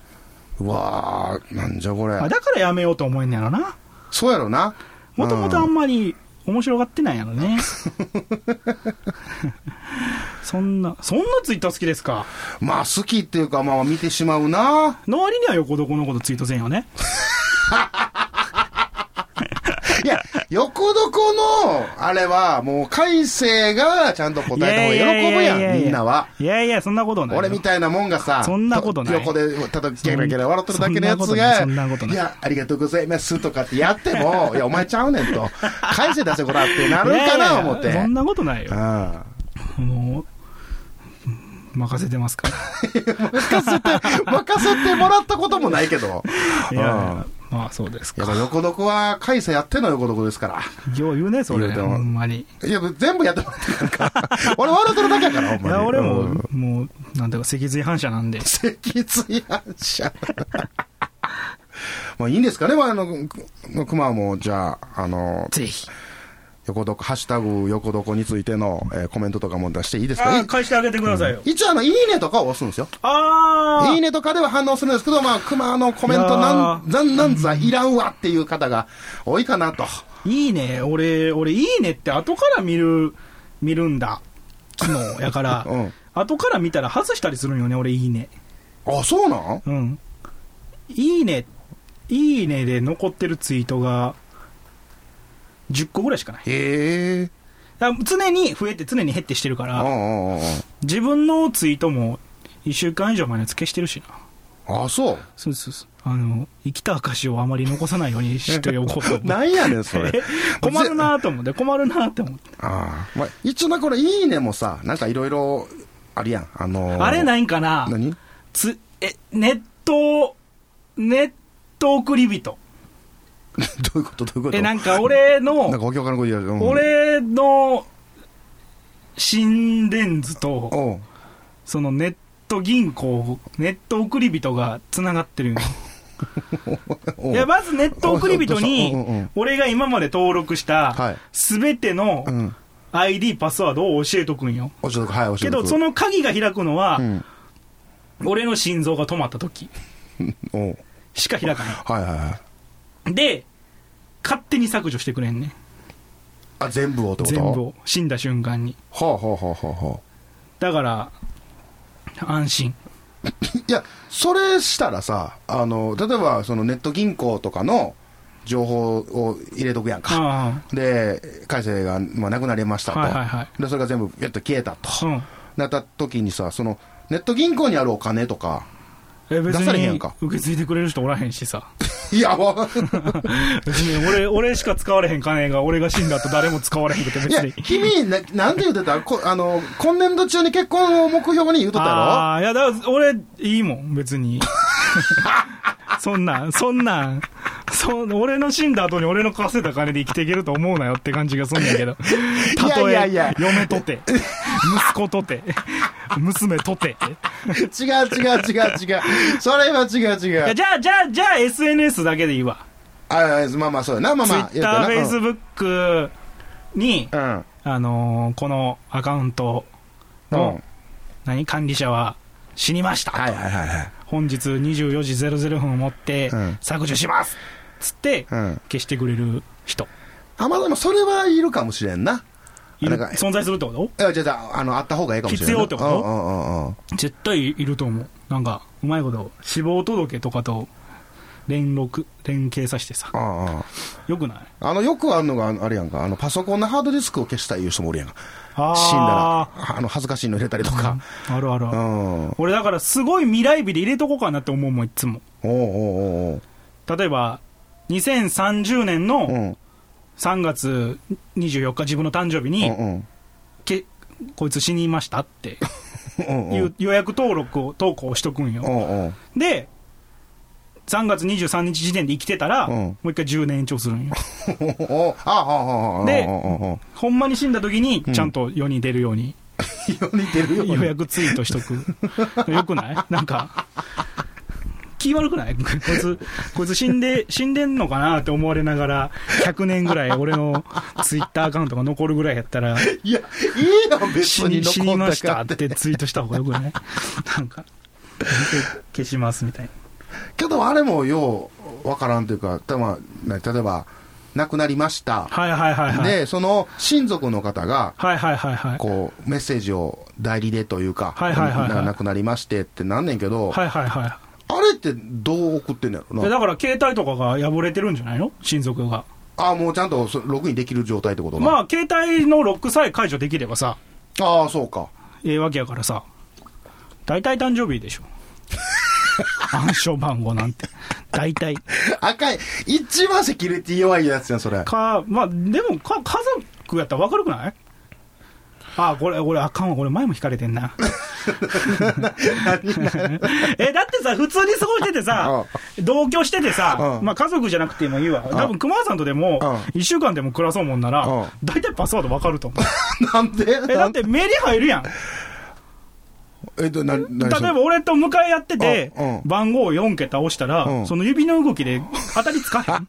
うわー、なんじゃこれ。
あだからやめようと思えんねやろな
そうやろな。
もともとあ
うん
んまり面白がってないやろ
<laughs>
ねそんなそんなツイッター好きですか
まあ好きっていうか、まあ見てしまう
<laughs>
な。
の割には横どこのことツイートせんよね
いや、横床の、あれは、もう、改正がちゃんと答えた方が喜ぶやん、みんなは。
いやいやそんなことないよ
俺みたいなもんがさ、
そんなことない
横で、ただゲラゲラ笑ってるだけのやつ
そんなことない
が、
そんなことない
や、ありがとうございますとかってやっても、
<laughs>
いや、お前ちゃうねんと。返せ出せこらってなるか
いやい
な、
や
思って。
そんなことないよ
あ
もう、任せてますか
<laughs>
ら。
あ任せて、任せてもらったこともないけど。
いやいや、まあそうです
やっ
か。
ぱ横床は、改正やっての横床ですから。
よう言うね、そ
言
れ。
うて
ほ
も
んまに。
いや、全部やってもらってるから。 <laughs> 俺笑ってるだけやから、ほん
い
まに。
や、俺も、
うん。
もう、なんだか、脊髄反射な
<laughs>
んで。
脊椎反射。 <laughs> まあいいんですかね、まあ、あの、く熊も、じゃあ、あの、
ぜひ。
横床、ハッシュタグ横床についての、えーコメントとかも出していいですか
あ
い
返してあげてくださいよ。
一応あの、いいねとかを押すんですよ。
ああ
いいねとかでは反応するんですけど、まあ、熊のコメントなん、なんなんざいらんわっていう方が多いかなと。
いいね。俺、俺、いいねって後から見る、見るんだ。機能やから、
<laughs> うん
後から見たら外したりするんよね、俺、いいね。
あ、そうなん
うん。いいね、いいねで残ってるツイートが、10個ぐらいしかない。
へえ。
だから常に増えて、常に減ってしてるか
う
ら、
んうんうんうん。
自分のツイートも1週間以上前のやつ消してるしな
ああ、そう。
そうそうそうあの生きた証をあまり残さないようにしておこうと思っ
<laughs>
て。
なんやねん、それ
<laughs> 困るなと思って困るなと思って
ああ、まあ、一応な、これ、いいねもさ、なんかいろいろあるやん。あのー
あれないんかな
何 <laughs>
つえネットネット送り人
どういうことどういうこと
えなん
か、
か俺の
なんかお教科のこと言うやん、
俺の心電図と、
おう
そのネット銀行、ネット送り人が繋がってるんよ
おう
いや、まずネット送り人
おうおうおうお
に
う、
俺が今まで登録した
はい、
すべての
うん
ID、パスワードを教えとくんよ。
おちょっとはい、おち
け
ょっと
ど、その鍵が開くのは
う、ん、
俺の心臓が止まった時
おう
しか開か
はいはいはい。
ない。で、勝手に削除してくれんね。
あ、全部をってこと
全部を。死んだ瞬間に。
はあ、はあはあはあは
だから、安心。
あ、いや、それしたらさ、あの、例えば、そのネット銀行とかの情報を入れとくやんか。
あ
で、改正が、まあ、なくなりましたと。
はいはいはい
で、それが全部、やっと消えたと。
あ。うん。
なった時にさ、その、ネット銀行にあるお金とか、
え別
出されへんや
に
んか
受け継いでくれる人おらへんしさ <laughs>
いや、わ
別に俺俺しか使われへん金が俺が死んだと誰も使われへんくて別
いや
に、
君、ななんて言ってたこあの、今年度中に結婚を目標に言うとったや
ああいやだから俺いいもん
<laughs>
別にそんなんそんなんそん俺の死んだ後に俺の稼いだ金で生きていけると思うなよって感じがすんねんけどたとえ
いやいやいや
嫁とて息子とて娘とて
ろ違う違う違う違う。それは違う
い
違
や
う。
じゃあじゃあじゃあ SNS だけでいいわ、
ああまあまあ、そうやな。まあまあ、
Twitter、
言うとな
Facebook に、
うん。
あのーこのアカウント
うん。
の、
うん
何管理者は死にました、
はいはいはいはい。
本日24時00分をもって
うん
削除します、つって、
うん。
消してくれる人
あ、まあでもそれはいるかもしれんな。
いる
なんか
存在するってこ
いや、じゃあじゃあ、あの、あった方がいいかもしれんない。
必要ってこと
うんうんうんうん。
と絶対いると思うなんかうまいこと死亡届とかと連録連携させてさ
うんうん
よくない
あの、よくあるのが、あのあれやんか、あの、パソコンのハードディスクを消したいいう人もおるやんか。
あー
死んだら、あの、恥ずかしいの入れたりとか。
あるあるあ
う
る、
ん。おう
俺だからすごい未来日で入れとこうかなって思うもんいつも
おうおうおう
例えば2030年の、
うん。
3月24日自分の誕生日
う
に、
んうん。
けこいつ死にましたって
うん
いう予約登録を投稿しとくん
う
よ、
んうん。
で3月23日時点で生きてたら、
うん
もう一回10年延長するんよ
おあああああ
で
あ
ほんまに死んだ時にちゃんと世に出るように、
似てるよ
<laughs> 予約ツイートしとく <laughs> よくないなんか気悪くないこいつこいつ死んで死んでんのかなって思われながら100年ぐらい俺のツイッターアカウントが残るぐらいやったら
いや、いいよ、別
死
に
に死に
残っ
ま
た
し
か
た
っ。
っててツイートした方がよくないなんか消しますみたい
けど、あれもようわからんというか、たまね例えば、亡くなりました
な。はいはいはいはい
で、その親族の方が、
はいはいはいはい
こう、メッセージを代理でというか、
はいはいはいはい
な亡くなりましてってなんねんけど、
はいはいは
あれってどう送ってんのや
い
ろ
で
な。
だから携帯とかが破れてるんじゃないの親族が
ああ、もうちゃんとそログインできる状態ってことな。
まあ携帯のロックさえ解除できればさ
ああ、そうか。
ええわけやからさ大体誕生
<laughs>
日でしょ暗証番号なんて大体
赤い、一番セキュリティ弱いやつやん、それ。
かまあでもか家族やったら分かるくないあこれ俺あかんわ俺前も引かれてんな <laughs> えだってさ普通に過ごしててさ同居しててさ、
うん
まあ、家族じゃなくてもいいわ多分熊さんとでも
う
1週間でも暮らそうもんな
う
ら
ん
大体パスワード分か
<laughs>
ると思う
<laughs> なんで
えだってメリ入るやん
えっと、な、な
例えば俺と向かい合ってて
うんうん
番号を4桁押した
う
ら
ん
その指の動きで当たりつか
<laughs>
へん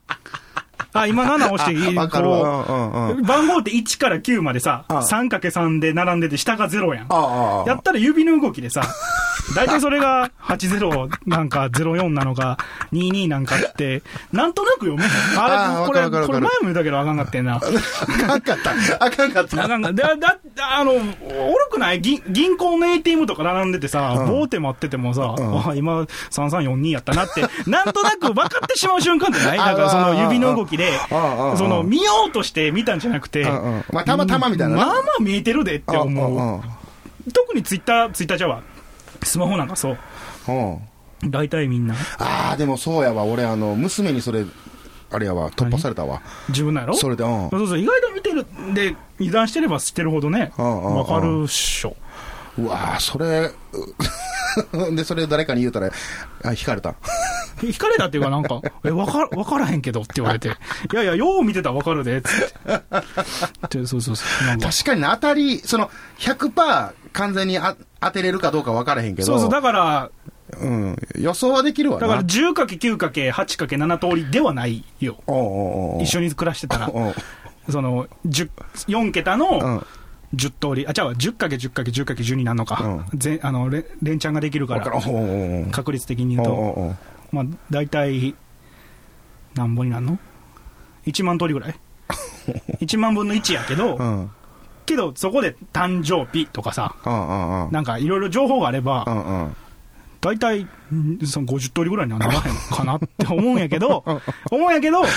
あ今7押していい
わかるわ。
こう
うんうんうん。
番号って1から9までさ、
ああ
3×3 で並んでて下が0やん
あ。あああ。
やったら指の動きでさ、大体それが80なんか04なのか22なんかって、なんとなく読めへんあ
あ
れ、
あ
これ、
わかるわ
こ
か
れ前
る
も
わかる
言うたけどあかんかったよな。
あかんかった。あかんかった。
あかんかだ、だ、あの、おるくない銀銀行の ATM とか並んでてさ、ボーテ待っててもさ、あ今3342やったなって、なんとなく分かってしまう瞬間ってないだからその指の動きで
あああああ、あ
その見ようとして見たんじゃなくて、
うんうんまあたまたまみたいなな
まあまあ見えてるでって
うんうん
思
う
う。
ん
特にツイッター、ツイッターちゃうわ。スマホなんかそう。
うん。
大体みんな。
ああ、でもそうやわ。俺、あの、娘にそれ、あれやわ、突破されたわ。
自分なんやろ
それで、うん。
そうそう、意外と見てるんで、油断してればしてるほどね、
うんうんうん
わかるっしょ。
うわーそれ、う <laughs> で、それ誰かに言うたら、あ、引かれた。
ひ惹かれたっていうか、なんか、 <laughs> え、わか、わからへんけどって言
<laughs>
われて、いやいや、よう見てたらわかるで、つって。でそうそうそう、なんか。
確かにな当たり、その、100%完全にあ当てれるかどうか分からへんけど、
そうそう、だから、
うん、予想はできるわ
だ
な。
から 10×9×8×7 通りではないよ。
おうおうおう
一緒に暮らしてたら、
おう
その、10 4桁の、
うん。
10通り、あ、違うわ、10×10×10×12 なんのか、全あのれ連チャンができるか
わから
ら、
んおうおうおう
確率的に言う
おう
と、
おうおう
まあ、大体、何本になんの ?1 万通り
<laughs>
ぐらい ?1 万分の1やけど、
うん。うん
けど、そこで誕生日とかさ、
うんうん。
なんかいろいろ情報があれ
う
ば、
んうん。
大体、んその50通りぐらいにはならへんかなって思うんやけ
<laughs>
ど、思うんやけど、違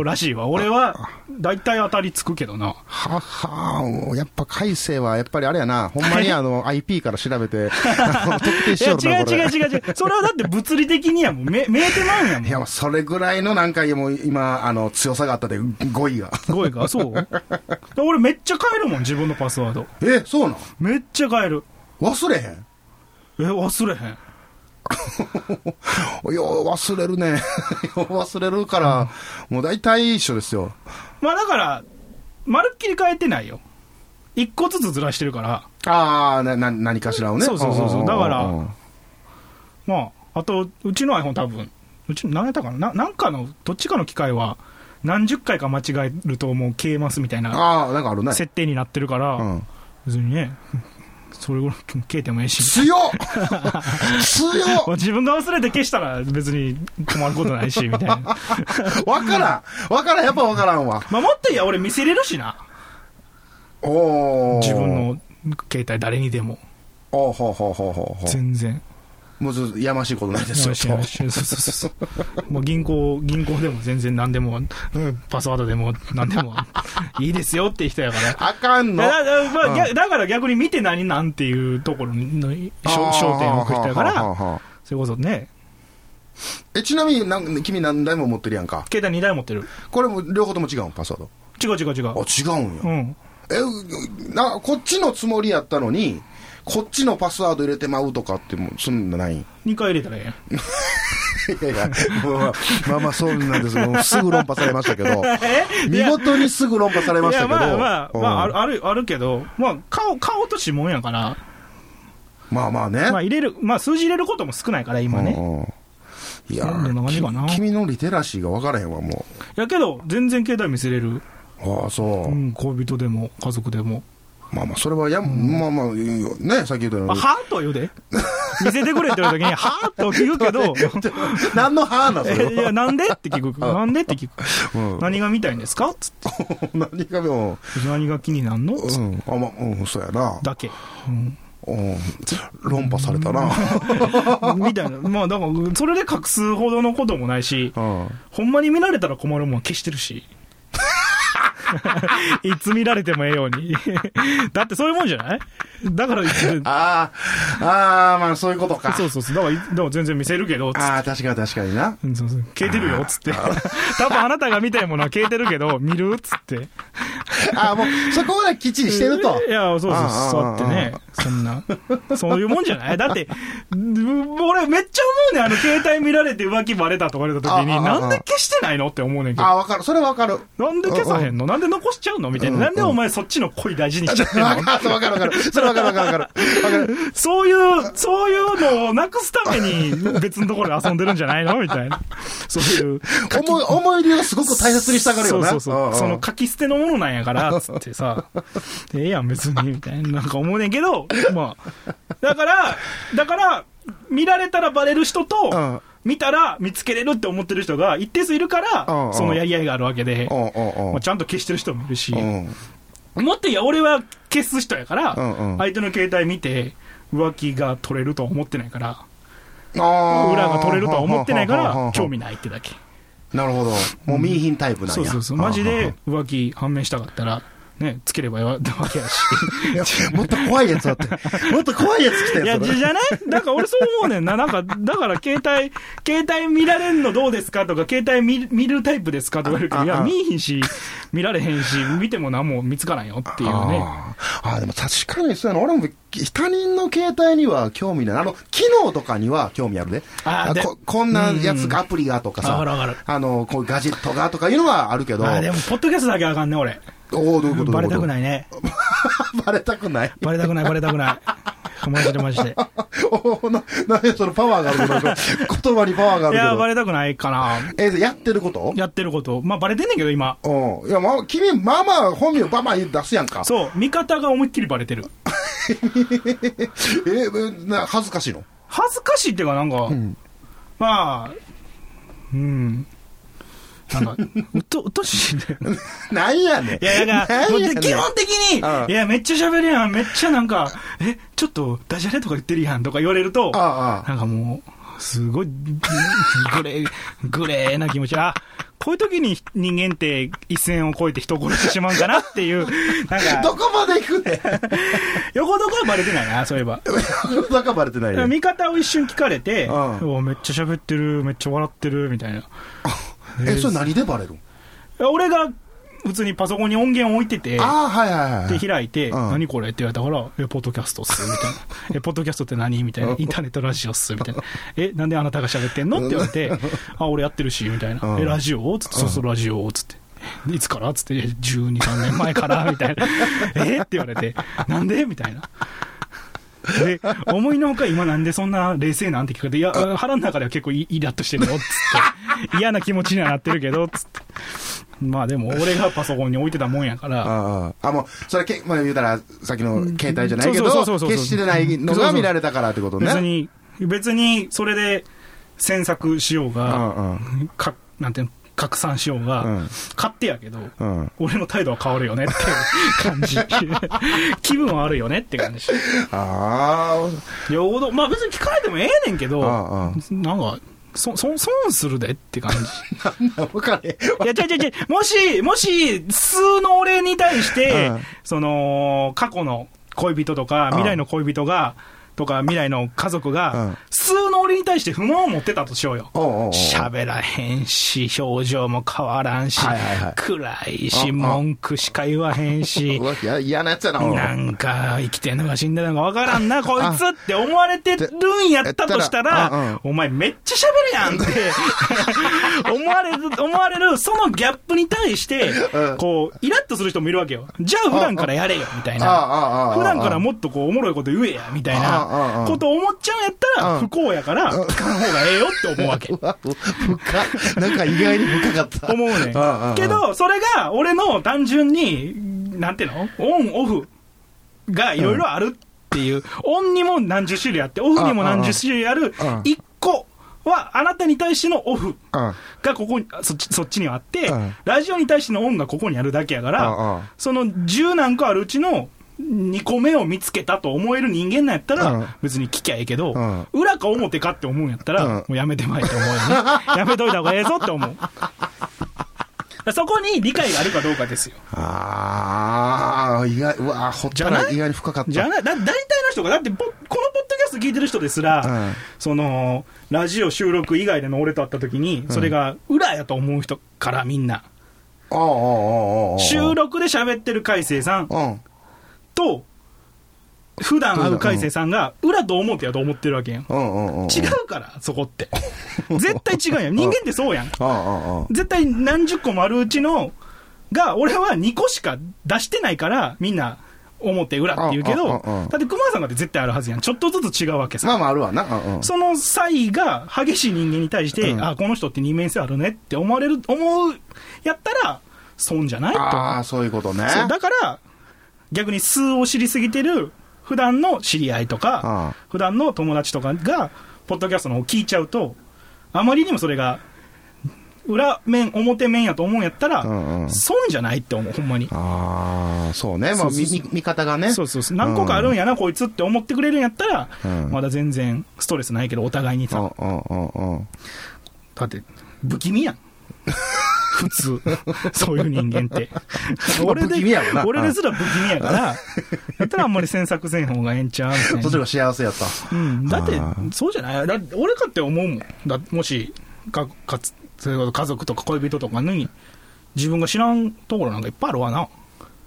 うらしいわ。俺は、大体当たりつくけどな。
はっはーやっぱ改正は、やっぱりあれやな、ほんま
<laughs>
にあの、IP から調べて、あの特定
い
し
や、
ような、
違う
これ。
違う違う違う。それはだって物理的にはも
<laughs>
う、め、見えてまうんやもん。
いや、それぐらいのなんか、もう今、あの、強さがあったで、5位が。
5位かそう俺めっちゃ変えるもん自分のパスワード
え、そうなん
めっちゃ変える
忘れへん
え忘れへん
<laughs> よう忘れるね。よう忘れるから、もう大体一緒ですよ。
まあだからまるっきり変えてないよ1個ずつずらしてるから
ああ、な、な、何かしらをね。
そうそうそうそうん
んんん
だからまああとうちの iPhone 多分うちの何やったかなななんかのどっちかの機械は何十回か間違えるともう消えますみたいな
ああ、なんかあるね。
設定になってるから、
うん。
別にねそれぐらい消えてもええし
強っ <laughs> 強っ
自分が忘れて消したら別に困ることないしみた
<laughs>
いな
わからんわからんやっぱわからんわ。
まあもっといや俺見せれるしな
おー
自分。の携帯誰にでも
おーほうほうほうほうほ
全然
う。もうずやましいことないです
よ
よ、
し <laughs>
と
よしそうそうそうもう銀行銀行でも全然何でもパスワードでも何でも
<laughs>
いいですよって人やから
あかんの。
だだ,、まあ
うん
逆だから逆に見て何なんっていうところの焦焦点を置く人やか
はあは
ら
あはあ
それこそね
え、ちなみになん、君何台も持ってるやんか。
携帯2台持ってる
これも両方とも違うん、パスワード。
違う違う違
あ
う、
違うんや
う。ん、
えうなこっちのつもりやったのにこっちのパスワード入れてまうとかってもうそんなないい
2回入れたらええやん
やいやもうまあまあまあそうなんですもうすぐ論破されましたけ <laughs> ど見事にすぐ論破されま
い
した
や
けど
まあまあ、まあ、あ
うん
るあるあるけど、まあ、顔顔と指紋やから、
まあまあね、
まあ、入れる、まあ、数字入れることも少ないから今ね、
うんうんいや
そんな感じかな
き君のリテラシーが分からへんわも
やけど、全然携帯見せれる。
うああそう、
うん、恋人でも、家族でも。
まあまあそれはや、まあまあいいよねさっき言ったよう
あ、
に
はぁとは言
<laughs>
うで。見せてくれって言うときに、はぁと聞くけど、
何の歯なそれ
え
はい
や、なんでって聞く。なんでって聞く。
<laughs> うん
何が見たいんですかつって。
<laughs> 何かも
何が気になんの
う、
つっ
うん、あまあうんそうやな
だけ。うん。
うん論破された <laughs> な
みたいな。まあ、だから、それで隠すほどのこともないし、
うん
ほんまに見られたら困るもんは消してるし。 <laughs> いつ見られてもええように。 <laughs> だってそういうもんじゃないだから、
ああ、ああ、まあそういうことか。
そうそうそう。だからい、だから全然見せるけど、つって
ああ、確かに確かにな。
うんそうそう消えてるよ、つって。多分あなたが見たいものは消えてるけど、見るつって。
ああ、もうそこまできっちりしてると。
いや、そうそう、
ああ
そうやってね。そんな。そういうもんじゃないだって、うん俺めっちゃ思うねんあの、携帯見られて浮気バレたとか言われた時に、
ああああ
なんで消してないのって思うねんけ
あ
ど。
あ、わかる。それはわかる。
なんで消さへんのなんで残しちゃうのみたいな。なんでお前そっちの恋大事にしちゃってん
わ
の
<laughs> かる、わかる、わかる。それわかる、わかる、わかる。わかる。
そういう、そういうのをなくすために別のところで遊んでるんじゃないのみたいな。そういう。
思い、思い出をすごく大切にしたがるよな。
そうそうそう。
んん
その書き捨てのものなんや
<laughs>
から、つってさ、ええやん別に、みたいな、なんか思うねんけど、まあ。だから、だから、見られたらバレる人と、
うん
見たら見つけれるって思ってる人が一定数いるから、
うんうん
そのやり合いがあるわけで、
うんうん
まあ、ちゃんと消してる人もいるし、
うん。うん。
もっといや、俺は消す人やから、
うんうん
相手の携帯見て、浮気が取れるとは思ってないから、
ああ。
裏が取れるとは思ってないか
ははは
ら
は、
興味ないってだけ。
なるほど。もうミーヒンタイプなん
そ
や。
うそうそう、マジ
はは
で浮気判明したかったら、ね、つけれ
<laughs>
ばよかったわけやし。
いやもっと怖いやつあって。もっと怖いやつ来た
い
や
や、
つ
じ
だ
じゃないだから俺そう思うねんな。なんか、だから携帯、携帯見られんのどうですかとか、携帯見見るタイプですかとか言われるけど、
あ
いや、
あ
見いひんし、見られへんし、見ても何も見つからんよっていうね。
あーあー、でも確かにそうやな。俺も他人の携帯には興味ない。あの、機能とかには興味あるで。
あーで
ここんなやつが、アプリがとかさ、
あるある
あの、こういうガジェットがとかいうのはあるけど、
あーでも、ポッドキャストだけはあかんね、俺。
おおどういうこと
バレたく
い。
ないね。
<laughs> バレたくない。 <laughs>
バレたくない、バレたくない。マジでマジで。
おおな、なんでそのパワーがあるけど、 <laughs> なんか言葉にパワーがあ
い
るけど。
や、バレたくないかな。
えやってること
やってること。まあ、バレてんねんけど、今。
うん。いや、まあ、君、まあまあ、本名ばば出すやんか。
そう、味方が思いっきりバレてる。
えーな恥ずかしいの <laughs>
恥ずかしいっていうか、なんか、
ん
まあ、うん。なんか、うっと、 <laughs> うっとうしいんだよ。
なんやねん。
いや、
<laughs>
だから、
なんやねん
基本的に、
うん
いや、めっちゃ喋るやん、めっちゃなんか、え、ちょっと、ダジャレとか言ってるやんとか言われると、
ああああ
なんかもう、すごい、グレー、 <laughs> グレーな気持ち。あ、こういう時に人間って一線を越えて人を殺してしまうんかなっていう、 <laughs> な
<laughs>
ん
ど
か、
こまで行くねん。
横どこはバレてないな、そういえば。
どこまでてないねん。
味方を一瞬聞かれて、
うん
うわめっちゃ喋ってる、めっちゃ笑ってる、みたいな。
え、それ何でバレるん
俺が、普通にパソコンに音源置いてて、
ああ、はいはいはい。
で開いて、
うん
何これって言われたから、え、ポッドキャストっすみ
<laughs>
たいな。え、ポッドキャストって何みたいな。インターネットラジオっすみたいな。え、なんであなたが喋ってんのって言われ
<laughs>
て、あ、俺やってるし、みたいな。
ん
え、ラジオつって、そうそう、ラジオつって。でいつからつって、え12、3年前からみたいな。
<laughs>
えって言われて、なんでみたいな。で、思いのほか今なんでそんな冷静なんて聞かれて、いや、腹の中では結構イイラッとしてるよ、つって。嫌な気持ちにはなってるけど、つって。まあでも、俺がパソコンに置いてたもんやから、
ああ、あ、もう、それけ、まあ言うたら、さっきの携帯じゃないけ
うんそう
ど
そうそう、そう
決してないのが見られたからってことね。
別に、別にそれで詮索しよう
う
が、
んうん。
かなんていうの拡散しようが、
うん
勝手やけど、
うん
俺の態度は変わるよねっていう
<laughs>
感じ。気分はあるよねって感じ。
あ
よほど、まあ別に聞かれてもええねんけど、
あ、ああ、
なんか、そ、そ、損するでって感じ。
わかれへんわ
いや、違う違う違う、もし、もし、数の俺に対して、
うん
その、過去の恋人とか、
うん
未来の恋人が、とか、未来の家族
う
が
ん、
数の俺に対して不満を持ってたとしようよ。
おうおうおう
喋らへんし、表情も変わらんし
はいはいはい、
暗いし、
うんうん
文句しか言わへんし
う、わ嫌嫌なやつやな、おう
なんか、生きてんのか死んでんのかわからんな、こいつって思われてるんやったとした
うんうん
ら、お前めっちゃ喋
<laughs>
るやんって、思われる、思われる、そのギャップに対して
う、ん
こう、イラッとする人もいるわけよ。じゃあ普段からやれよ、みたい
ああ
な。
ああああ
普段からもっとこう、おもろいこと言えや、みたい
あああ
な
あ
ことを思っちゃうんやったら、
うん
不幸やから、聞かん方がええよって思うわけ。
あう深っなんか意外に深か
<laughs>
った。
思うねん
ああああ
けど、それが俺の単純に、なんていうのオン、オフがいろいろあるっていう、オンにも何十種類あって、オフにも何十種類ある
ああああ、
一個はあなたに対してのオフ
うん。
がここに、あそっちそっちにはあって
うん、
ラジオに対してのオンがここにあるだけやか
ああ
ら、その十何個あるうちの、2個目を見つけたと思える人間なんやった
うん
ら、別に聞きゃええけど
うん、
裏か表かって思うんやった
うん
ら、もうやめてまいと
<laughs>
思うよね。やめといた方がええぞって思う。そこに理解があるかどうかですよ。
ああ、意外、うわ、ほっ
じ
た
ゃな
ら
い
意外に深かった。
じゃない、だ、大体の人が、だってポ、このポッドキャスト聞いてる人ですら、
うん
その、ラジオ収録以外での俺と会った時に、それが裏やと思う人からみんな、
ああ、ああ、ああ。
収録で喋ってる海星さん
うん。
と、普段会う海星さんが、裏と思うてやと思ってるわけやん。
うんうんうんうん。
違うから、そこって。絶対違うやん。人間ってそうやん。
ああ、ああ。
絶対何十個もあるうちのが、俺は2個しか出してないから、みんな表裏って言うけ
あ
ど、
あああ
だって熊さんがって絶対あるはずやん。ちょっとずつ違うわけ
ま
さ。
あまああるわな。うんうん。
その差異が激しい人間に対して、
うん
あ、この人って二面性あるねって思われる、思う、やったら、損じゃないと。
ああ、そういうことね。
そうだから、逆に数を知りすぎてる、普段の知り合いとか、
ああ
普段の友達とかが、ポッドキャストの方を聞いちゃうと、あまりにもそれが、裏面、表面やと思うんやったら、
うんうん
損じゃないって思う、ほんまに。
ああ、そうね。ま
そ
あ、
うそう
み
そう
み見方がね。
そうそうそう何個かあるんやな、こいつって思ってくれるんやったら、
うん
まだ全然ストレスないけど、お互い
う
に
ん
さ、
うんうんうん。
だって、不気味やん。 <laughs> 普通。そういう人間って。 <laughs> 俺
不気味
で
やろな、
俺ですら不気味やから、だったらあんまり詮索せん方がええんちゃうみたいな
そっちの方が幸せやった。
うん、だって
あ、
そうじゃないだって俺かって思うもん。だもし、か、かつ、そういうこと家族とか恋人とかに、自分が知らんところなんかいっぱいあるわな。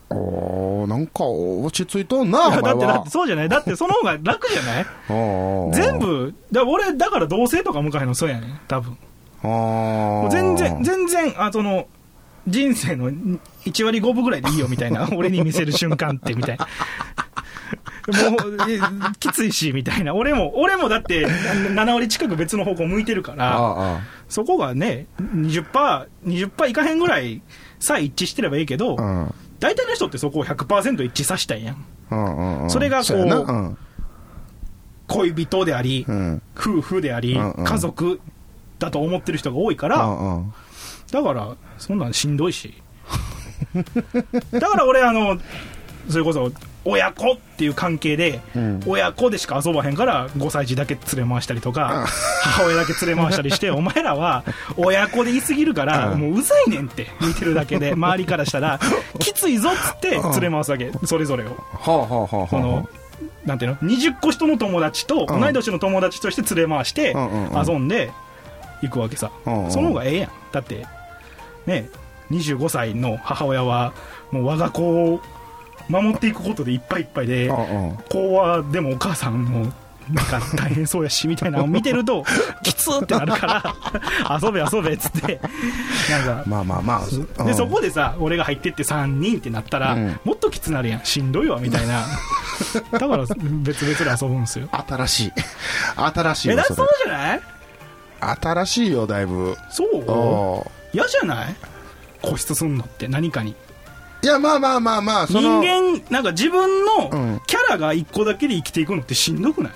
おー、なんか落ち着いとんな、お
い
前
や <laughs> だって、だ
は
って。そうじゃないだってその方が楽じゃ <laughs> ない
おー
全。部、だ俺、だから同性とか向かへんのそうやねん、多分。
あ
も
ー
う全然、全然、あ、その、人生の1割5分ぐらいでいいよみた
<laughs>
いな、俺に見せる瞬間って、みたいな。もう、えきついし、みたいな。俺も、俺もだって、7割近く別の方向向いてるから。
あ
そこがね、20%、20%いかへんぐらいさえ一致してればいいけど、
あ、あ
大体の人ってそこを100%一致させたいやん。
あ。うん。うんうん
それがこう
そやなうん。
恋人であり、
うん。
夫婦であり、
うんうん
家族だと思ってる人が多いか
う
ら、
んうん。
だから、そんなんしんどいし。だから俺、あの、それこそ、親子っていう関係で、
うん
親子でしか遊ばへんから、5歳児だけ連れ回したりとか、母親だけ連れ回したりして、お前らは親子で言いすぎるから、もううざいねんって、見てるだけで、周りからしたら、きついぞっつって連れ回すわけ、それぞれを。
はあはあはあはあ。
この、なんていうの20個人の友達と同い年の友達として連れ回して
うんうんうん
遊んで行くわけさ、
うんうん
その方がええやんだってね25歳の母親はもう我が子を守っていくことでいっぱいいっぱいで、
うんうん。
子はでもお母さんもなんか大変そうやしみたいなのを見てると <laughs> きつーってなるから <laughs> 遊べ遊べっつってなんか
まあまあまあ。う
で
ん
そこでさ俺が入ってって3人ってなったら、
うん
もっときつなるやんしんどいわみた
<laughs>
いなだから別々で遊ぶんすよ
新しい。 <laughs> 新しい
え
よ
だ、
そ
そう
れ。
じゃない
新しいよ、だいぶ。
そう
おー
嫌じゃない固執すんのって何かに
いや、まあまあまあまあ、その。
人間なんか自分
う
の
ん
キャラが一個だけで生きていくのってしんどくない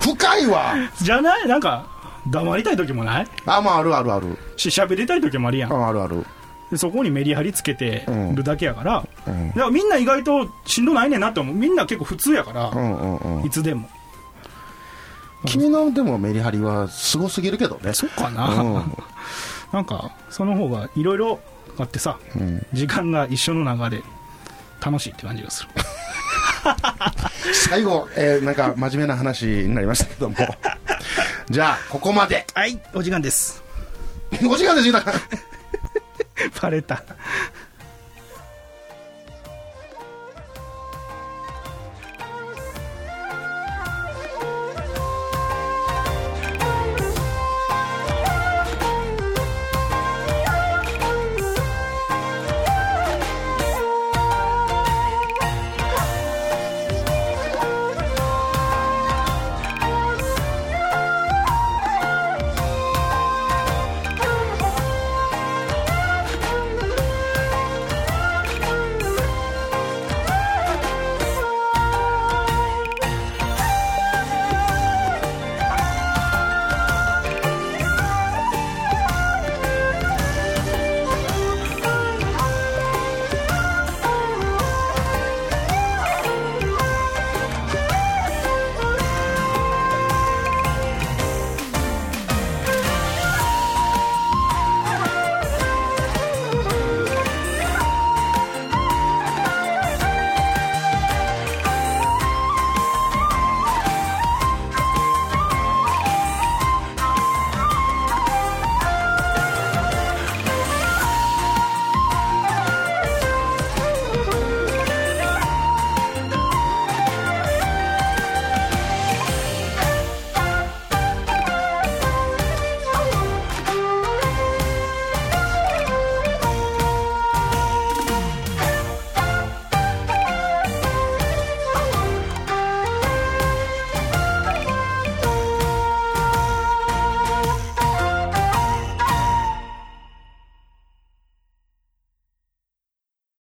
深いわ
じゃないなんか黙りたい時もない
あ、まあ、あるあるある。
し喋りたい時もあるやん
ああるある。
でそこにメリハリつけてるだけやから、
うん
だからみんな意外としんどないねんなって思うみんな結構普通やか
う
ら、
んうんうん
い。つでも
君のでもメリハリはすごすぎるけどね。
そうかな、
う
<laughs> なんかその方がいろいろあってさ
んうん。
時間が一緒の流れ楽しいって感じがする
最後、えーなんか真面目な話になりましたけども。じゃあ、ここまで。
はいお時間です
お時間です、豊
<laughs> バレた